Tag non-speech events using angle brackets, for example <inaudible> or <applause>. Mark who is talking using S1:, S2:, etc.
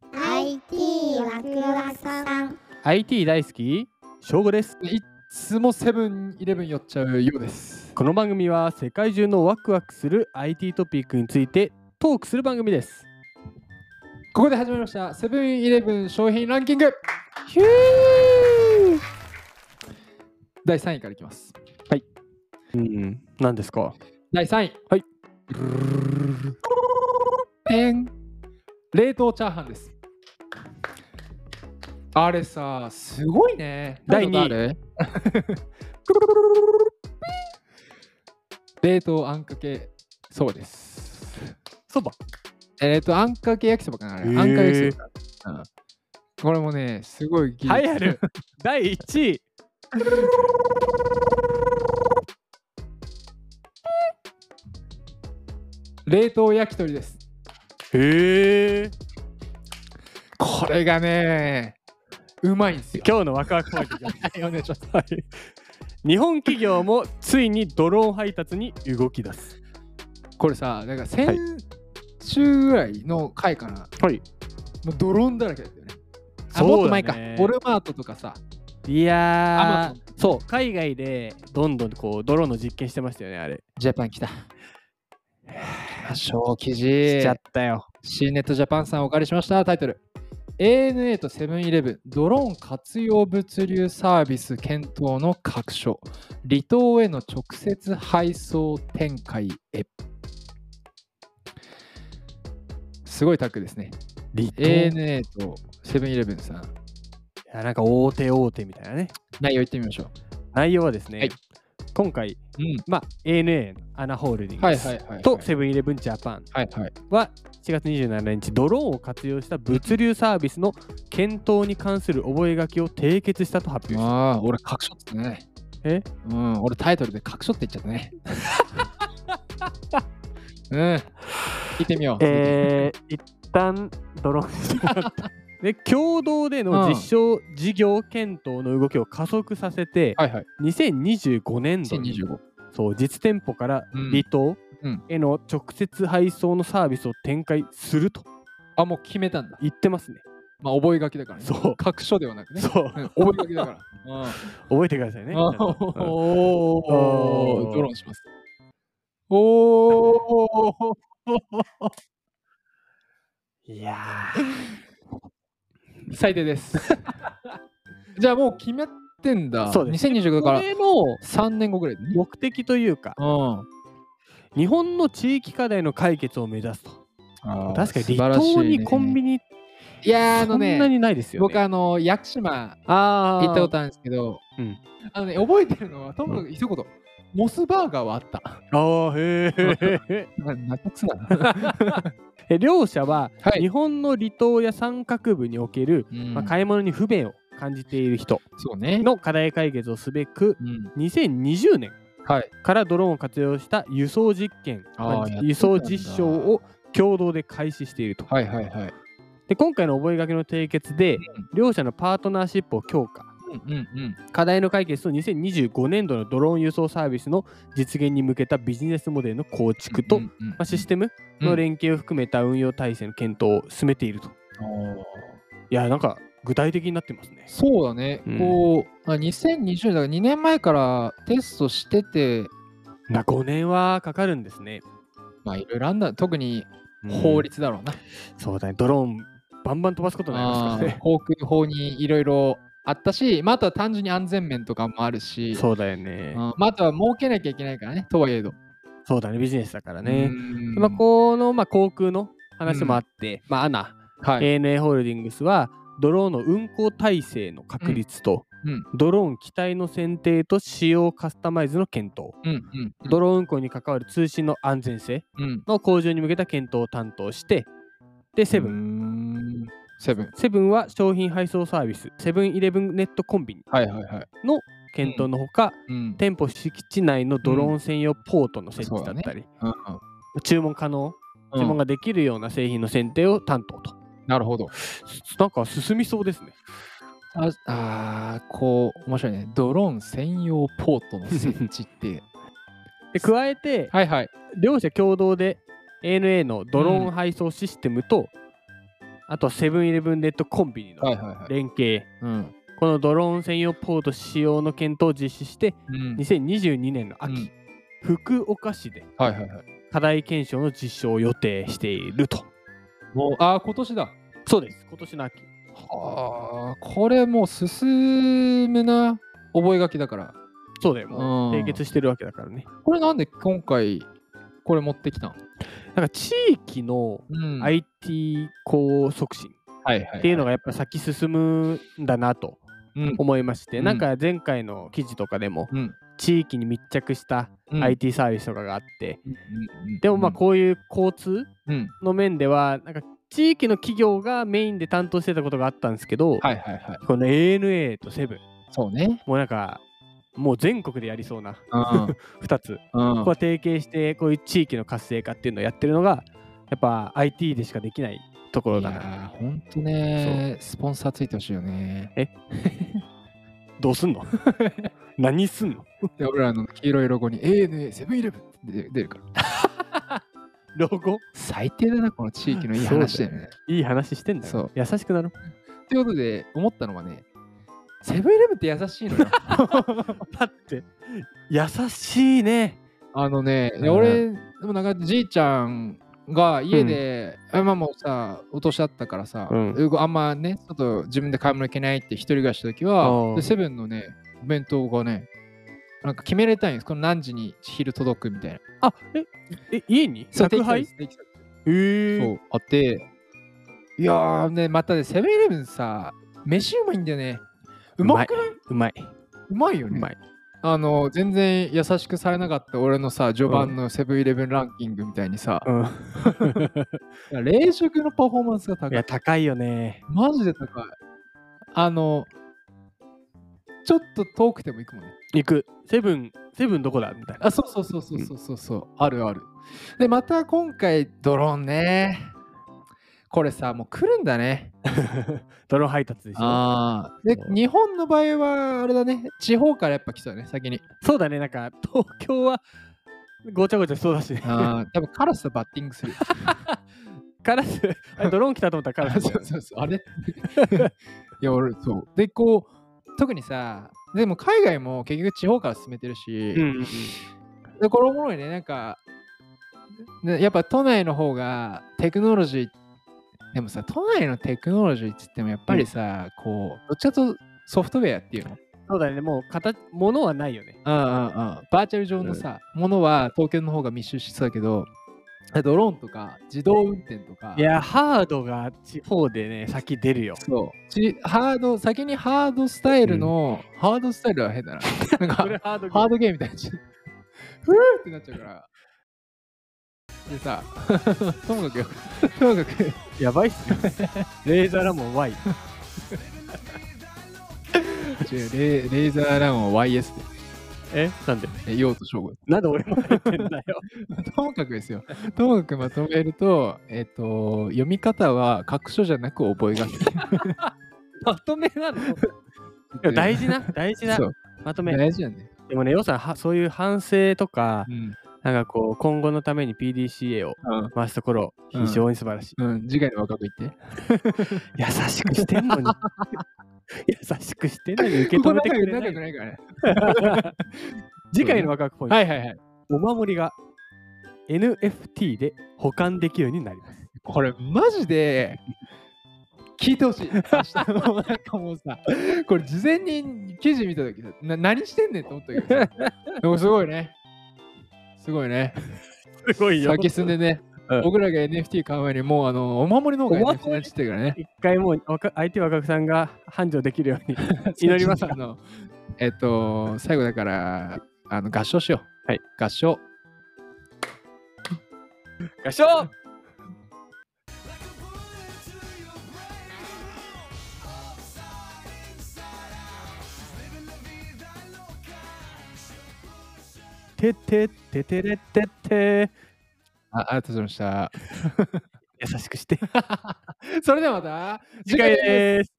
S1: IT ワクワクさん
S2: IT 大好き翔吾です
S3: いっつもセブンイレブン寄っちゃうようです。
S2: この番組は世界中のワクワクする IT トピックについてトークする番組です
S3: ここで始まりました。セブンイレブン商品ランキング。
S2: ヒュー
S3: 第3位からいきます。
S2: うん、何ですか
S3: 第3位。
S2: はい。
S3: てん。冷凍チャーハンです。あれさ、すごいね。
S2: 第二位
S3: 見たことある
S2: <laughs>
S3: 冷凍あんかけ。そうです。
S2: そば
S3: えっ、と、あんかけ焼きそばかなあれ
S2: へー
S3: あんかけ焼きそば、うんこれもね、すごい技
S2: 栄え
S3: 術
S2: ある第1位
S3: 冷凍焼き鳥です。
S2: へえ
S3: これがね、うまいんですよ。
S2: 今日のワクワクポイントじゃ
S3: はいお願いします
S2: んはい日本企業もついにドローン配達に動き出す
S3: これさ、なんか
S2: は
S3: 先
S2: い
S3: 週ぐらいの回かな、
S2: はい
S3: もうドローンだらけだったよね。あ
S2: そうだね
S3: もっと前か、ボルマートとかさ、
S2: いや
S3: Amazon
S2: ーそう海外でどんどんこうドローンの実験してましたよねあれ
S3: ジャパン来た。小記事
S2: しちゃったよ
S3: C ネットジャパンさんお借りしましたタイトル ANA とセブンイレブンドローン活用物流サービス検討の各所離島への直接配送展開へすごいタッグですね
S2: リト
S3: ANA とセブンイレブンさん
S2: いやなんか大手大手みたいなね
S3: 内容言ってみましょ
S2: 内容はですね、
S3: はい
S2: 今回、
S3: う、うん、
S2: まあ、ANA アナホールディング
S3: はい
S2: ス、
S3: はいはいはい
S2: とセブンイレブンジャパン
S3: はいはい
S2: は4月27日ドローンを活用した物流サービスの検討に関する覚書を締結したと発表し
S3: ああ俺各所ってね
S2: え
S3: うん俺タイトルで各所って言っちゃっ
S2: <laughs>
S3: たねうん聞いてみよう
S2: た、えー、一旦ドローンしてもら
S3: <laughs>
S2: ったで共同での実証事業検討の動きを加速させて、
S3: はいはい
S2: 2025年度に
S3: 2025
S2: そう実店舗から
S3: うん
S2: 離島
S3: うん
S2: への直接配送のサービスを展開すると
S3: あ、もう決めたんだ。
S2: 言ってますね。
S3: まあ、覚書きだからね。
S2: そう
S3: 各所ではなくね。
S2: そう
S3: うん覚書きだから。うん
S2: 覚えてくださいね。
S3: あ
S2: ちゃんとうんう
S3: おー
S2: ん
S3: ドローンします。おお。
S2: いや
S3: 最
S2: <laughs>
S3: 低です。じゃあもう決めてんだ。
S2: そうです
S3: 2025だ
S2: こ
S3: から
S2: れの
S3: 3年後ぐらいでね。
S2: 目的というか
S3: うん、あ
S2: 日本の地域課題の解決を目指すと
S3: ー
S2: 確かに
S3: 素晴
S2: 離
S3: らしい
S2: 島
S3: ね
S2: にコンビニって
S3: いやーあ
S2: そ
S3: の
S2: ん
S3: ね
S2: なにないですよね。
S3: 僕あの屋久島
S2: あー
S3: 行ったことあるんですけど、
S2: うん
S3: あのね覚えてるのはともかく一言、モスバーガーはあった。 <laughs>
S2: あーへえ
S3: 納
S2: <laughs>
S3: 得すな。
S2: え両社は、
S3: はい
S2: 日本の離島や山岳部における、
S3: うん
S2: まあ、買い物に不便を感じている人
S3: そうね。
S2: の課題解決をすべく
S3: うん、
S2: 2020年
S3: はい。
S2: からドローンを活用した輸送実験、
S3: あー
S2: まあ
S3: やってたんだ
S2: 輸送実証を共同で開始していると。
S3: はいはいはい。
S2: で今回の覚書の締結で、両社のパートナーシップを強化
S3: うんうんうん。
S2: 課題の解決と2025年度のドローン輸送サービスの実現に向けたビジネスモデルの構築と、まあ、システムの連携を含めた運用体制の検討を進めていると。いやなんか具体的になってますね。
S3: そうだね、
S2: うん
S3: こう、あ2020年だから2年前からテストしてて、
S2: な5年はかかるんですね。
S3: まあいろいろあんだ、特に法律だろうな。
S2: うんそうだねドローンバンバン飛ばすことになりま
S3: あ
S2: すから
S3: ー
S2: <laughs> ね。
S3: 航空法にいろいろあったし、まあ、あとは単純に安全面とかもあるし、
S2: そうだよね
S3: うん。まあ、あとは儲けなきゃいけないからね、とはいえど。
S2: そうだねビジネスだからね。
S3: うん
S2: まあ、この、まあ、航空の話もあって、まあ、アナ、
S3: はい。
S2: ANA ホールディングスはドローンの運航体制の確立と、
S3: うんうん
S2: ドローン機体の選定と使用カスタマイズの検討、
S3: うんうん
S2: ドローン運航に関わる通信の安全性
S3: うん。
S2: の向上に向けた検討を担当してでセブン、
S3: ン。セブン。
S2: セブンは商品配送サービスセブンイレブンネットコンビニ
S3: はいはいはい。
S2: の検討のほか、
S3: うん。
S2: 店舗敷地内のドローン専用ポートの設置だったり、
S3: うん
S2: 注文可能
S3: うん
S2: 注文ができるような製品の選定を担当と、
S3: なるほど。
S2: すなんか進みそうですね
S3: ああーこう面白いねドローン専用ポートの設置って
S2: <laughs> で加えて、
S3: はいはい
S2: 両社共同で ANA のドローン配送システムとあとはセブンイレブンネットコンビニ
S3: は
S2: の
S3: いはいはい。
S2: 連携、
S3: うん。
S2: このドローン専用ポート使用の検討を実施して、
S3: うん
S2: 2022年の秋、
S3: うん
S2: 福岡市で
S3: はいはいはい。
S2: 課題検証の実証を予定していると。
S3: もう、ああ、今年だ。
S2: そうです、今年の秋。
S3: はあ、これもう進むな。覚書だから。
S2: そうだよ、もう
S3: うん
S2: 締結してるわけだからね。
S3: これなんで今回、これ持ってきたの
S2: なんか地域の
S3: うんはい
S2: IT こう促進
S3: はいはい。
S2: っていうのがやっぱ先進むんだなと
S3: うん。
S2: 思いまして、
S3: うん
S2: なんか前回の記事とかでも
S3: うん。
S2: 地域に密着した
S3: うん。
S2: IT サービスとかがあって、
S3: うん。うん
S2: でもまあ、こういう交通
S3: うん。
S2: の面ではなんか地域の企業がメインで担当してたことがあったんですけど、
S3: はいはいはい。
S2: この ANA とセブン
S3: そうね。
S2: もうなんかもう全国でやりそうな
S3: うん。
S2: 2つ
S3: う <laughs>
S2: こ
S3: ん
S2: こは提携してこういう地域の活性化っていうのをやってるのがやっぱ IT でしかできないところだ
S3: い
S2: な
S3: やーほんとね、スポンサーついてほしいよね。
S2: どうすんの <laughs> 何すんの <laughs>
S3: で、俺らの黄色いロゴに ANA セブンイレブンって出るから。
S2: 老後
S3: 最低だな、この地域のいい話 <laughs> だよね。
S2: いい話してんだよ
S3: そう
S2: 優しくな
S3: <laughs>
S2: ろう
S3: ということで、思ったのはね、セブンイレブンって優しいのよ。
S2: だって優しいね
S3: あのね、
S2: うん
S3: 俺、でもなんかじいちゃんが家で、あまあもうさ、お年だったからさ、
S2: うん
S3: うごあんまね、ちょっと自分で買い物行けないって一人暮らしの時
S2: う
S3: は
S2: ん、
S3: でセブンのね、お弁当がね、なんか決めれたいんです。この何時に昼届くみたいな。
S2: あええ家に
S3: そう
S2: 宅配へ
S3: 定期です定期
S2: え
S3: そ
S2: ー、
S3: う、あって、いやーね、またね、セブンイレブンさ、飯うまいんだよね。うまくないう
S2: まいう
S3: まいよ
S2: う
S3: ね。
S2: まい
S3: あの、全然優しくされなかった俺のさ、序盤のセブンイレブンランキングみたいにさ、
S2: うん
S3: <laughs> 冷食のパフォーマンスが
S2: い
S3: 高
S2: や
S3: い。
S2: 高いよね
S3: マジで高い。あの、ちょっと遠くても行くもんね。
S2: 行くセブンセブンどこだみたいな
S3: あ、そうそうそうそうそうそうそう、あるある。で、また今回、ドローンね。これさ、もう来るんだね。
S2: ドローン配達でしょ
S3: ああ。で
S2: そ、う
S3: 日本の場合は、あれだね、地方からやっぱ来そうだね、
S2: <laughs>
S3: 先に。
S2: そうだねなんか東京はごちゃごちゃしそうだしね <laughs>
S3: ああ、多分カラスとバッティングする。
S2: カラスあれドローン来たと思った <laughs> らカラス
S3: <laughs> そうそうそう、あれいや、俺、そう。で、こう、特にさ、でも海外も結局地方から進めてるし、
S2: うんうんうん
S3: でこれおもろいね、なんか、ねやっぱ都内の方がテクノロジー、でもさ、都内のテクノロジーっつってもやっぱりさ、こう、どっちかというとソフトウェアっていうの
S2: そうだねもう形物はないよね
S3: うんうんうんバーチャル上のさ、ものは東京の方が密集してたけど、ドローンとか自動運転とか、
S2: いや、ハードが地方でね、先出るよ。
S3: そうちハード、先にハードスタイルの、ハードスタイルは変だな。なんか <laughs>
S2: これハード
S3: ハ
S2: が
S3: ードゲームみたいにな。ふーってなっちゃうから。でさ、 <laughs> ともかく、ともかく、
S2: やばいっす <laughs> よ。レーザーラモン Y。
S3: 違うレレーザーランを YS
S2: えなんで
S3: で、用途称号。
S2: なんで俺も入ってんだよ。
S3: <laughs> ともかくですよ。ともかくまとめると、えっ、と、読み方は、各所じゃなく覚 <laughs> 書き。
S2: まとめなの大事な、大事な
S3: そう、
S2: まとめ。
S3: 大事なんだよ。
S2: でもね、よさんは、そういう反省とか
S3: う、ん。
S2: なんかこう、今後のために PDCA を
S3: うん
S2: 回すところ、
S3: うん
S2: 非常に素晴らしい。
S3: うん、次回の若く言って。
S2: 優しくしてんの <laughs> に。優しくしてんのに受け止めてくれな
S3: 仲良
S2: い。
S3: くないからね。
S2: 次回の若くポイント、
S3: はいはいはい。
S2: お守りが NFT で保管できるようになります。
S3: これマジで聞いてほしい。明日のなんかもうさ、これ事前に記事見たときな何してんねんと思ったけどさ、でもすごいね。すごいね。
S2: すごいよ。
S3: 先進んでね、
S2: うん
S3: 僕らが NFT 買う前にもうあのお守りの方
S2: お
S3: が
S2: 守
S3: NFT になっちゃってるからね。
S2: 一回もう若相手若くさんが繁盛できるよう <laughs> に <laughs> 祈りますか
S3: あのえっと、最後だから、あの合唱しよう。
S2: はい。
S3: 合唱。
S2: 合唱てってっててれってって
S3: あありがとうございました。
S2: 優しくして
S3: それではまた
S2: 次回です